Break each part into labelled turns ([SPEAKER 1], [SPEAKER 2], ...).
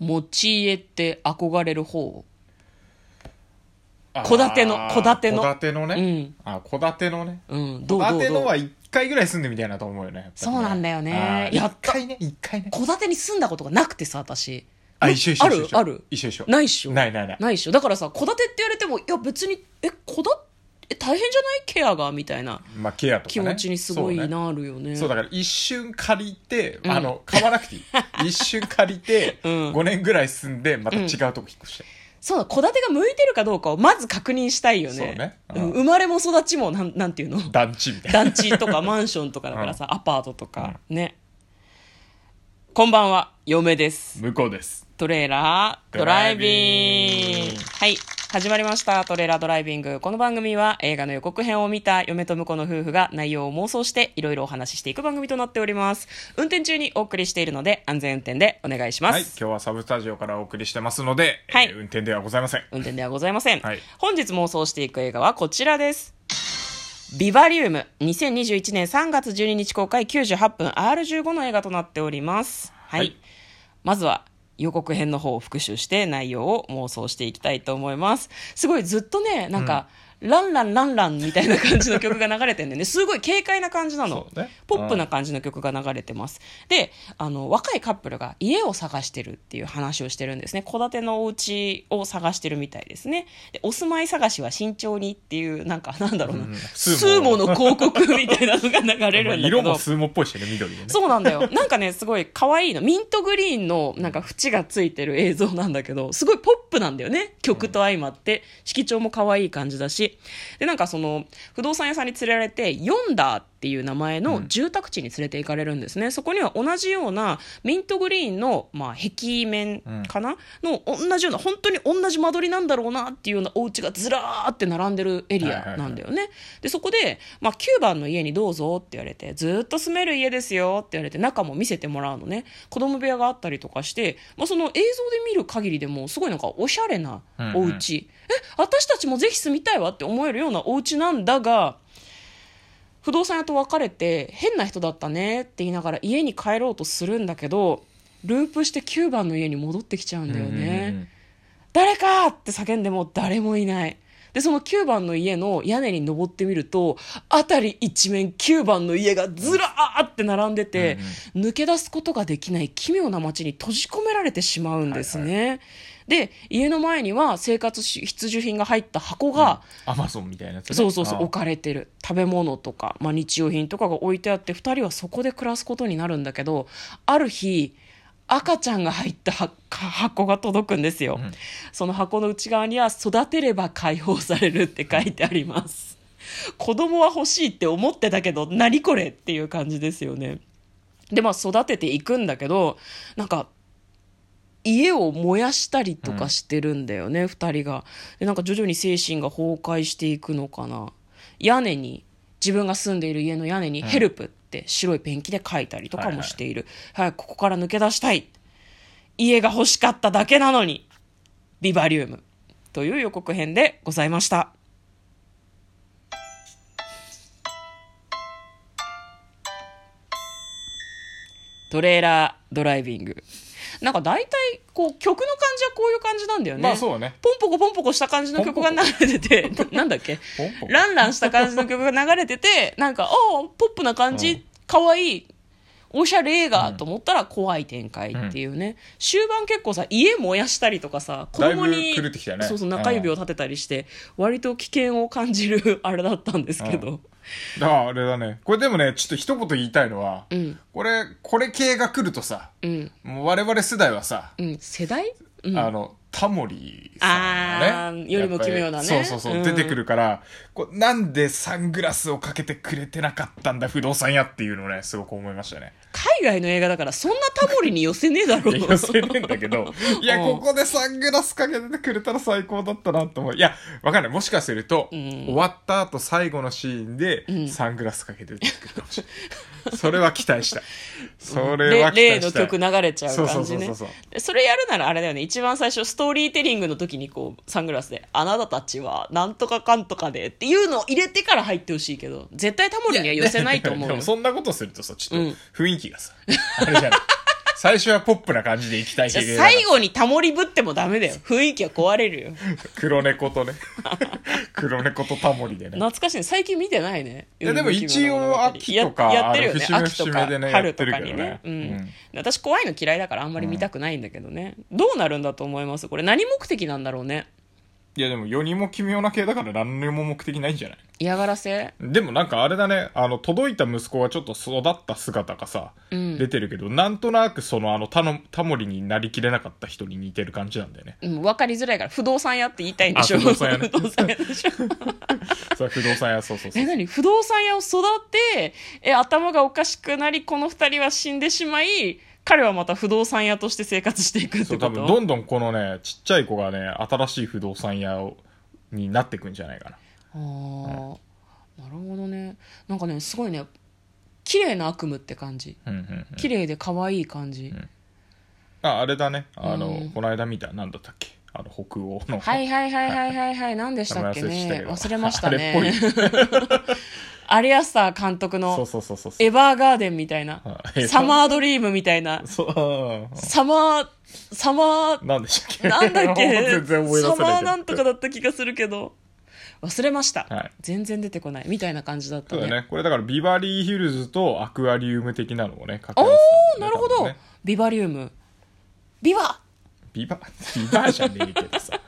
[SPEAKER 1] 持ち家って憧れる方
[SPEAKER 2] あー
[SPEAKER 1] 戸建ての戸建ての
[SPEAKER 2] 戸建ての
[SPEAKER 1] う
[SPEAKER 2] ね。
[SPEAKER 1] ん
[SPEAKER 2] あ、戸建てのね。
[SPEAKER 1] うんどう
[SPEAKER 2] 戸
[SPEAKER 1] ど
[SPEAKER 2] 建
[SPEAKER 1] う
[SPEAKER 2] ての
[SPEAKER 1] ど
[SPEAKER 2] は
[SPEAKER 1] う
[SPEAKER 2] 一回ぐらい住んでみたいなと思うよね。やっぱりね
[SPEAKER 1] そうなんだよね
[SPEAKER 2] あー
[SPEAKER 1] やっ
[SPEAKER 2] 一回ね、一回ね。
[SPEAKER 1] 戸建てに住んだことがなくてさ私
[SPEAKER 2] あ、
[SPEAKER 1] な
[SPEAKER 2] 一緒一緒
[SPEAKER 1] あ
[SPEAKER 2] 一緒
[SPEAKER 1] る
[SPEAKER 2] 一緒。
[SPEAKER 1] ある
[SPEAKER 2] 一緒一緒。
[SPEAKER 1] ないっしょ
[SPEAKER 2] ないないない。
[SPEAKER 1] ないっしょだからさ戸建てって言われてもいや別にえ戸建て大変じゃないケアがみたいな
[SPEAKER 2] まあ、ケアとかね。
[SPEAKER 1] 気持ちにすごい
[SPEAKER 2] そうね
[SPEAKER 1] なるよね
[SPEAKER 2] そうだから一瞬借りて、
[SPEAKER 1] うん
[SPEAKER 2] あの買わなく ていい一瞬借りて、
[SPEAKER 1] うん
[SPEAKER 2] 5年ぐらい住んでまた違うとこ引っ越して、
[SPEAKER 1] そうだ戸建てが向いてるかどうかをまず確認したいよね
[SPEAKER 2] そうね
[SPEAKER 1] ん
[SPEAKER 2] うん
[SPEAKER 1] 生まれも育ちもなんなんていうの
[SPEAKER 2] 団地みたいな
[SPEAKER 1] 団地 とかマンションとかだからさ、アパートとか、ねこんばんは嫁です
[SPEAKER 2] 向こうです
[SPEAKER 1] トレーラード
[SPEAKER 2] ド
[SPEAKER 1] ラ
[SPEAKER 2] ラ
[SPEAKER 1] イ
[SPEAKER 2] イ
[SPEAKER 1] ビ
[SPEAKER 2] ビ
[SPEAKER 1] ン
[SPEAKER 2] ン
[SPEAKER 1] グ
[SPEAKER 2] グ
[SPEAKER 1] はい始まりましたトレーラードライビングこの番組は映画の予告編を見た嫁と婿の夫婦が内容を妄想していろいろお話ししていく番組となっております運転中にお送りしているので安全運転でお願いします、
[SPEAKER 2] はい今日はサブスタジオからお送りしてますので、
[SPEAKER 1] はい
[SPEAKER 2] えー運転ではございません
[SPEAKER 1] 運転ではございません、
[SPEAKER 2] はい
[SPEAKER 1] 本日妄想していく映画はこちらですビバリウム2021年3月12日公開98分 R15 の映画となっておりますはい、
[SPEAKER 2] はい
[SPEAKER 1] まずは予告編の方を復習して内容を妄想していきたいと思いますすごいずっとねなんか、ランランランランみたいな感じの曲が流れてるんだよね。すごい軽快な感じなの。
[SPEAKER 2] そうね
[SPEAKER 1] ポップな感じの曲が流れてます。で、あの、若いカップルが家を探してるっていう話をしてるんですね。戸建てのお家を探してるみたいですね。でお住まい探しは慎重にっていう、なんか、なんだろうな、
[SPEAKER 2] うん
[SPEAKER 1] ス
[SPEAKER 2] ス
[SPEAKER 1] ー
[SPEAKER 2] ー
[SPEAKER 1] モ
[SPEAKER 2] モ
[SPEAKER 1] の広告みたいなのが流れるんだけど。
[SPEAKER 2] 色もスーモっぽいしね緑でね
[SPEAKER 1] そうなんだ よ。なんかね、すごい可愛いの。ミントグリーンのなんか縁がついてる映像なんだけど、すごいポップなんだよね。曲と相まって。色調も可愛い感じだし。で、なんかその、不動産屋さんに連れられて、ヨンダーっていう名前の住宅地に連れて行かれるんですね。そこには同じようなミントグリーンの、まあ、壁面かな、の同じような、本当に同じ間取りなんだろうなっていうようなお家がずらーって並んでるエリ
[SPEAKER 2] はいはいは
[SPEAKER 1] ア
[SPEAKER 2] い
[SPEAKER 1] なんだよね。で、そこで、まあ、9番の家にどうぞって言われて、ずーっと住める家ですよって言われて、中も見せてもらうのね。子供部屋があったりとかして、まあ、その映像で見る限りでも、すごいなんかおしゃれなお家、え、私たちもぜひ住みたいわって思えるようなお家なんだが、不動産屋と別れて変な人だったねって言いながら家に帰ろうとするんだけどループして9番の家に戻ってきちゃうんだよね、
[SPEAKER 2] うんうんうん
[SPEAKER 1] 誰かって叫んでも誰もいないでその9番の家の屋根に登ってみると辺り一面9番の家がずらーって並んでて、抜け出すことができない奇妙な街に閉じ込められてしまうんですね、で家の前には生活必需品が入った箱が、
[SPEAKER 2] アマゾンみたいなやつね
[SPEAKER 1] そうそうそ
[SPEAKER 2] あ
[SPEAKER 1] う
[SPEAKER 2] ー
[SPEAKER 1] 置かれてる食べ物とか、まあ、日用品とかが置いてあって2人はそこで暮らすことになるんだけどある日赤ちゃんが入ったはか箱が届くんですよ、
[SPEAKER 2] うん
[SPEAKER 1] その箱の内側には「育てれば解放される」って書いてあります子供は欲しいって思ってたけど何これっていう感じですよねでまあ育てていくんだけどなんか家を燃やしたりとかしてるんだよね、二人がでなんか徐々に精神が崩壊していくのかな屋根に自分が住んでいる家の屋根に「ヘルプ」って白いペンキで書いたりとかもしている、はいここから抜け出したい家が欲しかっただけなのにビバリウムという予告編でございましたトレーラードライビングなんか大体こう曲の感じはこういう感じなんだよね、
[SPEAKER 2] まあそうね
[SPEAKER 1] ポンポコポンポコした感じの曲が流れてて、 ななんだっけ
[SPEAKER 2] ポンポコ
[SPEAKER 1] ランランした感じの曲が流れてて、なんか、ああ、ポップな感
[SPEAKER 2] う
[SPEAKER 1] じ
[SPEAKER 2] ん、
[SPEAKER 1] 可愛い、おしゃれ映画と思ったら怖い展開っていうね。終盤結構さ、家燃やしたりとかさ、子供
[SPEAKER 2] だ
[SPEAKER 1] に
[SPEAKER 2] いぶ狂ってきたよね
[SPEAKER 1] そうそう、中指を立てたりして、割と危険を感じるあれだったんですけど。
[SPEAKER 2] だからあれだねこれでもねちょっと一言言いたいのは、
[SPEAKER 1] うん、
[SPEAKER 2] これこれ系が来るとさ
[SPEAKER 1] うん、
[SPEAKER 2] もう我々世代はさ、
[SPEAKER 1] うん。世代うん。
[SPEAKER 2] あのタモリさんが
[SPEAKER 1] あー
[SPEAKER 2] ね
[SPEAKER 1] よりも奇妙なね
[SPEAKER 2] やっぱりそうそうそう、
[SPEAKER 1] うん
[SPEAKER 2] 出てくるからこうなんでサングラスをかけてくれてなかったんだ不動産屋っていうのをねすごく思いましたね
[SPEAKER 1] 海外の映画だから、そんなタモリに寄せねえだろ
[SPEAKER 2] いや寄せねえんだけど、いや、
[SPEAKER 1] うん
[SPEAKER 2] ここでサングラスかけてくれたら最高だったなと思う。いや、わかんない。もしかすると、終わった後最後のシーンで、サングラスかけて出てくるかもしれない。それは期待した。それ
[SPEAKER 1] れ
[SPEAKER 2] は期
[SPEAKER 1] 例
[SPEAKER 2] 待
[SPEAKER 1] の
[SPEAKER 2] したい。
[SPEAKER 1] 曲流れちゃう感じね
[SPEAKER 2] そうそうそうそう
[SPEAKER 1] でそれやるならあれだよね一番最初ストーリーテリングの時にこうサングラスで「あなたたちはなんとかかんとかで」っていうのを入れてから入ってほしいけど絶対タモリには寄せないと思う
[SPEAKER 2] で
[SPEAKER 1] よ
[SPEAKER 2] もそんなことするとさ、ちょっ
[SPEAKER 1] うん
[SPEAKER 2] と雰囲気がさ、あれじゃない。最初はポップな感じでいきたい
[SPEAKER 1] じ
[SPEAKER 2] け
[SPEAKER 1] ゃあ
[SPEAKER 2] れど
[SPEAKER 1] 最後にタモリぶってもダメだよ。雰囲気は壊れるよ。
[SPEAKER 2] 黒猫とね黒猫とタモリでね
[SPEAKER 1] 懐かしいね。最近見てないね。
[SPEAKER 2] いやでも一応秋とか
[SPEAKER 1] ややってるよね。
[SPEAKER 2] あの
[SPEAKER 1] 秋
[SPEAKER 2] 節
[SPEAKER 1] と
[SPEAKER 2] 目
[SPEAKER 1] か
[SPEAKER 2] 節目でね
[SPEAKER 1] 春とかに
[SPEAKER 2] や
[SPEAKER 1] ね
[SPEAKER 2] っ。
[SPEAKER 1] う
[SPEAKER 2] てるけどね
[SPEAKER 1] ん。私怖いの嫌いだからあんまり見たくないんだけどね。どうなるんだと思いますこれ何目的なんだろうね。
[SPEAKER 2] いやでも世にも奇妙な系だから何にも目的ないんじゃない
[SPEAKER 1] 嫌がらせ
[SPEAKER 2] でもなんかあれだねあの届いた息子がちょっと育った姿がさ、
[SPEAKER 1] うん
[SPEAKER 2] 出てるけどなんとなくそのあのタのタモリになりきれなかった人に似てる感じなんだよね
[SPEAKER 1] うん、分かりづらいから不動産屋って言いたいんでしょ
[SPEAKER 2] あ不動産屋ね
[SPEAKER 1] 不動産 屋でしょ
[SPEAKER 2] それ不動産屋そうそうそう
[SPEAKER 1] え何不動産屋を育てえ頭がおかしくなりこの二人は死んでしまい彼はまた不動産屋として生活していくって
[SPEAKER 2] そう
[SPEAKER 1] こ
[SPEAKER 2] 多
[SPEAKER 1] と
[SPEAKER 2] 分どんどんこのねちっちゃい子がね新しい不動産屋をになってくんじゃないかな
[SPEAKER 1] あーなるほどねなんかねすごいね綺麗な悪夢って感じ
[SPEAKER 2] うんうんうん
[SPEAKER 1] 綺麗で可愛い感じ、
[SPEAKER 2] ああれだねあの、
[SPEAKER 1] うん
[SPEAKER 2] この間見たなんだったっけあの北欧の
[SPEAKER 1] はいはいはいはいはいはい何でしたっけ
[SPEAKER 2] 名前忘れしたけ
[SPEAKER 1] ね
[SPEAKER 2] ど
[SPEAKER 1] 忘れましたね
[SPEAKER 2] あれっぽい
[SPEAKER 1] アリアスター監督
[SPEAKER 2] そう
[SPEAKER 1] の
[SPEAKER 2] そうそうそう
[SPEAKER 1] エヴァーガーデンみたいな
[SPEAKER 2] はいエヴァ
[SPEAKER 1] サマードリームみたいな
[SPEAKER 2] そう
[SPEAKER 1] サマーサマー
[SPEAKER 2] うんなんでしたっけ
[SPEAKER 1] なんだっけ
[SPEAKER 2] もう全然 思い出せな
[SPEAKER 1] サ
[SPEAKER 2] いけど
[SPEAKER 1] マーなんとかだった気がするけど忘れました、
[SPEAKER 2] はい
[SPEAKER 1] 全然出てこないみたいな感じだった
[SPEAKER 2] そう
[SPEAKER 1] ね
[SPEAKER 2] だねこれだからビバリーヒルズとアクアリウム的なのをね掛
[SPEAKER 1] お
[SPEAKER 2] け合わせ
[SPEAKER 1] お
[SPEAKER 2] た
[SPEAKER 1] なん
[SPEAKER 2] だ
[SPEAKER 1] るほ
[SPEAKER 2] よね
[SPEAKER 1] ど、
[SPEAKER 2] 多分ね
[SPEAKER 1] ビバリウムビバ
[SPEAKER 2] ビバビバじゃねえけど さ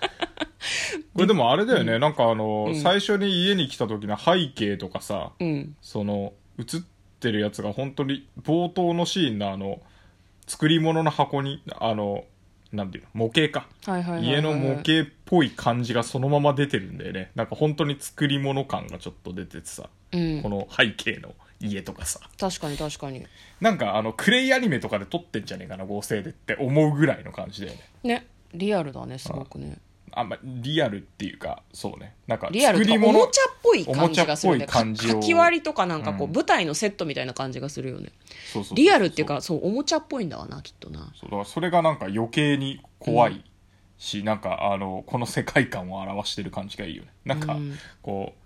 [SPEAKER 2] これでもあれだよね、なんかあの、最初に家に来た時の背景とかさ、
[SPEAKER 1] うん
[SPEAKER 2] その映ってるやつが本当に冒頭のシーンのあの作り物の箱にあのなんていうの模型か
[SPEAKER 1] はいはいはいはい
[SPEAKER 2] 家の模型っぽい感じがそのまま出てるんだよねなんか本当に作り物感がちょっと出ててさ、
[SPEAKER 1] うん
[SPEAKER 2] この背景の家とかさ
[SPEAKER 1] 確かに確かに
[SPEAKER 2] なんかあのクレイアニメとかで撮ってんじゃねえかな合成でって思うぐらいの感じだよね
[SPEAKER 1] ねリアルだねすごくね
[SPEAKER 2] あんまリアルっていうかそうねなんか
[SPEAKER 1] リアル
[SPEAKER 2] 作
[SPEAKER 1] とか
[SPEAKER 2] り
[SPEAKER 1] お
[SPEAKER 2] 物
[SPEAKER 1] もちゃっぽい感じがするよね
[SPEAKER 2] おもちゃっぽい感じを
[SPEAKER 1] かかき割りとかなんかこう
[SPEAKER 2] うん
[SPEAKER 1] 舞台のセットみたいな感じがするよね、
[SPEAKER 2] そうそうそうそう
[SPEAKER 1] リアルっていうかそうおもちゃっぽいんだわなきっとな
[SPEAKER 2] そうだからそれがなんか余計に怖いし、なんかあのこの世界観を表してる感じがいいよねなんか
[SPEAKER 1] うん
[SPEAKER 2] こう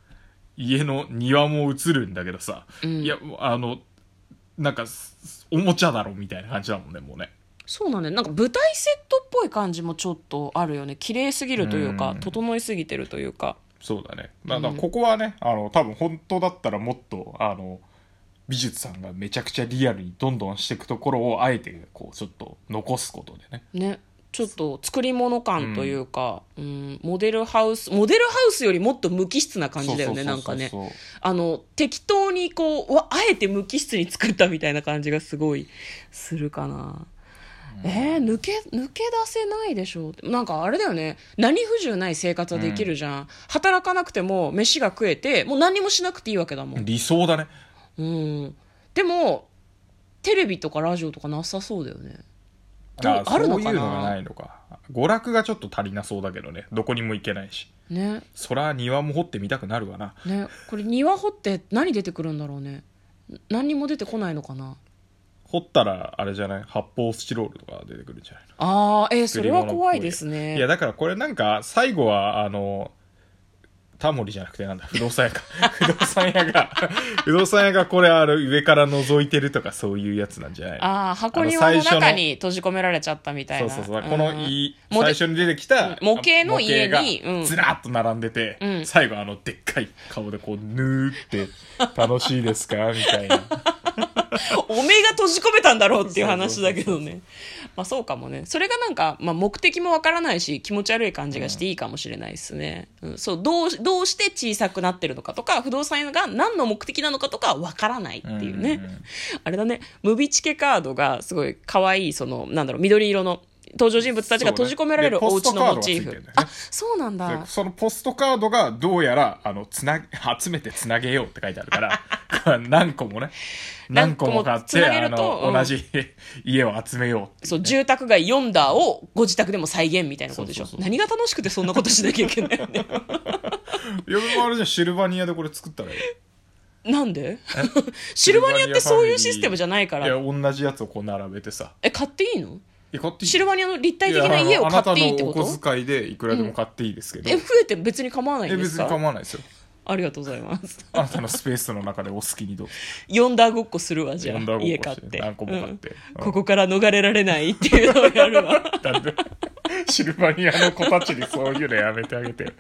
[SPEAKER 2] 家の庭も映るんだけどさ、
[SPEAKER 1] うん
[SPEAKER 2] いやあのなんかすおもちゃだろみたいな感じだもんねもうね
[SPEAKER 1] そうなんだよなんか舞台セットっぽい感じもちょっとあるよね綺麗すぎるというか
[SPEAKER 2] うん
[SPEAKER 1] 整いすぎてるというか
[SPEAKER 2] そうだねだからここはね、あの多分本当だったらもっとあの美術さんがめちゃくちゃリアルにどんどんしていくところをあえてこうちょっと残すことでね
[SPEAKER 1] ねちょっと作り物感というか、うんモデルハウスモデルハウスよりもっと無機質な感じだよね
[SPEAKER 2] そ
[SPEAKER 1] な
[SPEAKER 2] うんそ
[SPEAKER 1] か
[SPEAKER 2] うそう
[SPEAKER 1] ね
[SPEAKER 2] そう
[SPEAKER 1] あの適当にこううわあえて無機質に作ったみたいな感じがすごいするかな、えー抜け抜け出せないでしょうなんかあれだよね何不自由ない生活はできるじゃん、働かなくても飯が食えてもう何もしなくていいわけだもん
[SPEAKER 2] 理想だね
[SPEAKER 1] うん、でもテレビとかラジオとかなさそうだよねどう
[SPEAKER 2] あ
[SPEAKER 1] あるのかな
[SPEAKER 2] そういうのがないのか娯楽がちょっと足りなそうだけどねどこにも行けないし
[SPEAKER 1] ね
[SPEAKER 2] そら庭も掘ってみたくなるわな
[SPEAKER 1] ねこれ庭掘って何出てくるんだろうねん何にも出てこないのかな
[SPEAKER 2] 掘ったらあれじゃない発泡スチロールとか出てくるんじゃないの
[SPEAKER 1] あーえーそ
[SPEAKER 2] 作
[SPEAKER 1] れ
[SPEAKER 2] り物
[SPEAKER 1] は
[SPEAKER 2] っぽ
[SPEAKER 1] 怖いですね
[SPEAKER 2] いやだからこれなんか最後はあのタモリじゃなくてなんだ不動産屋 か不動産屋が不動産屋がこれあの上から覗いてるとかそういうやつなんじゃないの
[SPEAKER 1] ああ箱
[SPEAKER 2] あの
[SPEAKER 1] 庭の
[SPEAKER 2] 最
[SPEAKER 1] 中
[SPEAKER 2] 初の
[SPEAKER 1] に閉じ込められちゃったみたい
[SPEAKER 2] そう
[SPEAKER 1] な
[SPEAKER 2] そうそう、
[SPEAKER 1] ん
[SPEAKER 2] このい
[SPEAKER 1] モデ
[SPEAKER 2] 最初に出てきた
[SPEAKER 1] 模型の家に
[SPEAKER 2] 模
[SPEAKER 1] うん
[SPEAKER 2] がずらーっと並んでて、
[SPEAKER 1] うん
[SPEAKER 2] 最後あのでっかい顔でこうぬーって楽しいですかみたいな
[SPEAKER 1] おめえが閉じ込めたんだろうっていう話だけどねまあそうかもねそれがなんか、まあ、目的もわからないし気持ち悪い感じがしていいかもしれないですね、うんそうどうどうして小さくなってるのかとか不動産屋が何の目的なのかとかわからないっていうね、
[SPEAKER 2] うんうんうん
[SPEAKER 1] あれだねムビチケカードがすごい可愛いそのなんだろう緑色の登場人物たちが閉じ込められるお
[SPEAKER 2] そうね
[SPEAKER 1] 家のモチーフ、
[SPEAKER 2] でポストカードがついてるんだよね
[SPEAKER 1] あそうなんだ
[SPEAKER 2] でそのポストカードがどうやらあのつなげ集めてつなげようって書いてある から何個もね
[SPEAKER 1] 何
[SPEAKER 2] 何
[SPEAKER 1] 個
[SPEAKER 2] 個
[SPEAKER 1] も
[SPEAKER 2] も買って
[SPEAKER 1] つなげ
[SPEAKER 2] あ
[SPEAKER 1] ると
[SPEAKER 2] の、
[SPEAKER 1] うん
[SPEAKER 2] 同じ家を集めよう
[SPEAKER 1] そう住宅街4ダーをご自宅でも再現みたいなことでしょ
[SPEAKER 2] そうそうそう
[SPEAKER 1] 何が楽しくてそんなことしなきゃいけないのね
[SPEAKER 2] いや僕あれじゃんシルバニアでこれ作ったらいい
[SPEAKER 1] なんで シルバニアってそういうシステムじゃないか
[SPEAKER 2] いや
[SPEAKER 1] ら
[SPEAKER 2] 同じやつをこう並べてさ
[SPEAKER 1] え買っていいの
[SPEAKER 2] え買っていい
[SPEAKER 1] シルバニアの立体的な家を買っていいってこ
[SPEAKER 2] やあのあなたのお
[SPEAKER 1] と
[SPEAKER 2] 小遣いでいくらでも買っていいですけど、
[SPEAKER 1] え増えて別に構わない
[SPEAKER 2] え
[SPEAKER 1] んです
[SPEAKER 2] 別
[SPEAKER 1] か
[SPEAKER 2] に構わないですよ
[SPEAKER 1] ありがとうございます
[SPEAKER 2] あなたのスペースの中でお好きにどうぞ
[SPEAKER 1] 呼んだごっこするわじゃあ
[SPEAKER 2] 呼んだごっこして
[SPEAKER 1] 家買って
[SPEAKER 2] 何個も買って
[SPEAKER 1] うんここから逃れられないっていうのをやるわ
[SPEAKER 2] だってシルバニアの子たちにそういうのやめてあ げて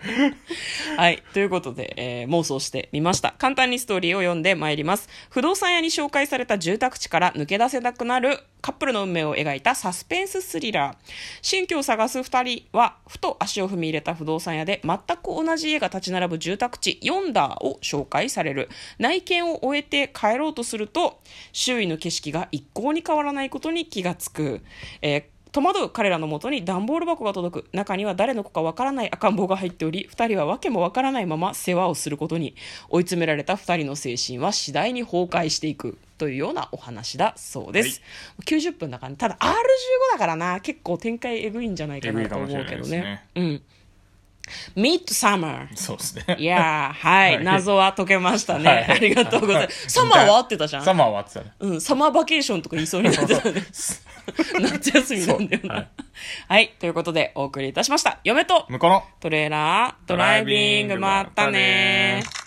[SPEAKER 1] はい。ということで、えー妄想してみました。簡単にストーリーを読んでまいります。不動産屋に紹介された住宅地から抜け出せなくなるカップルの運命を描いたサスペンススリラー。新居を探す二人は、ふと足を踏み入れた不動産屋で、全く同じ家が立ち並ぶ住宅地、ヨンダーを紹介される。内見を終えて帰ろうとすると、周囲の景色が一向に変わらないことに気がつく。えー戸惑う彼らのもとに段ボール箱が届く中には誰の子かわからない赤ん坊が入っており2人は訳もわからないまま世話をすることに追い詰められた2人の精神は次第に崩壊していくというようなお話だそうです、90分だから、ね、ただ R15 だからな結構展開えぐいんじゃないかなと思うけ
[SPEAKER 2] えぐいかも
[SPEAKER 1] ど
[SPEAKER 2] しれない
[SPEAKER 1] ねうん「ミッドサマー」
[SPEAKER 2] そうですね
[SPEAKER 1] いやー、はい、
[SPEAKER 2] はい
[SPEAKER 1] 謎は解けましたね、
[SPEAKER 2] はい
[SPEAKER 1] ありがとうござい ますサマーは合ってたじゃん
[SPEAKER 2] サマーはあってたね
[SPEAKER 1] うん、サマーバケーションとか言いそうになって たね夏休みなんだよな。
[SPEAKER 2] そ
[SPEAKER 1] は
[SPEAKER 2] うはいい、
[SPEAKER 1] ということでお送りいたしました。嫁と
[SPEAKER 2] 向こうの
[SPEAKER 1] トレーラードライビング、まったねー。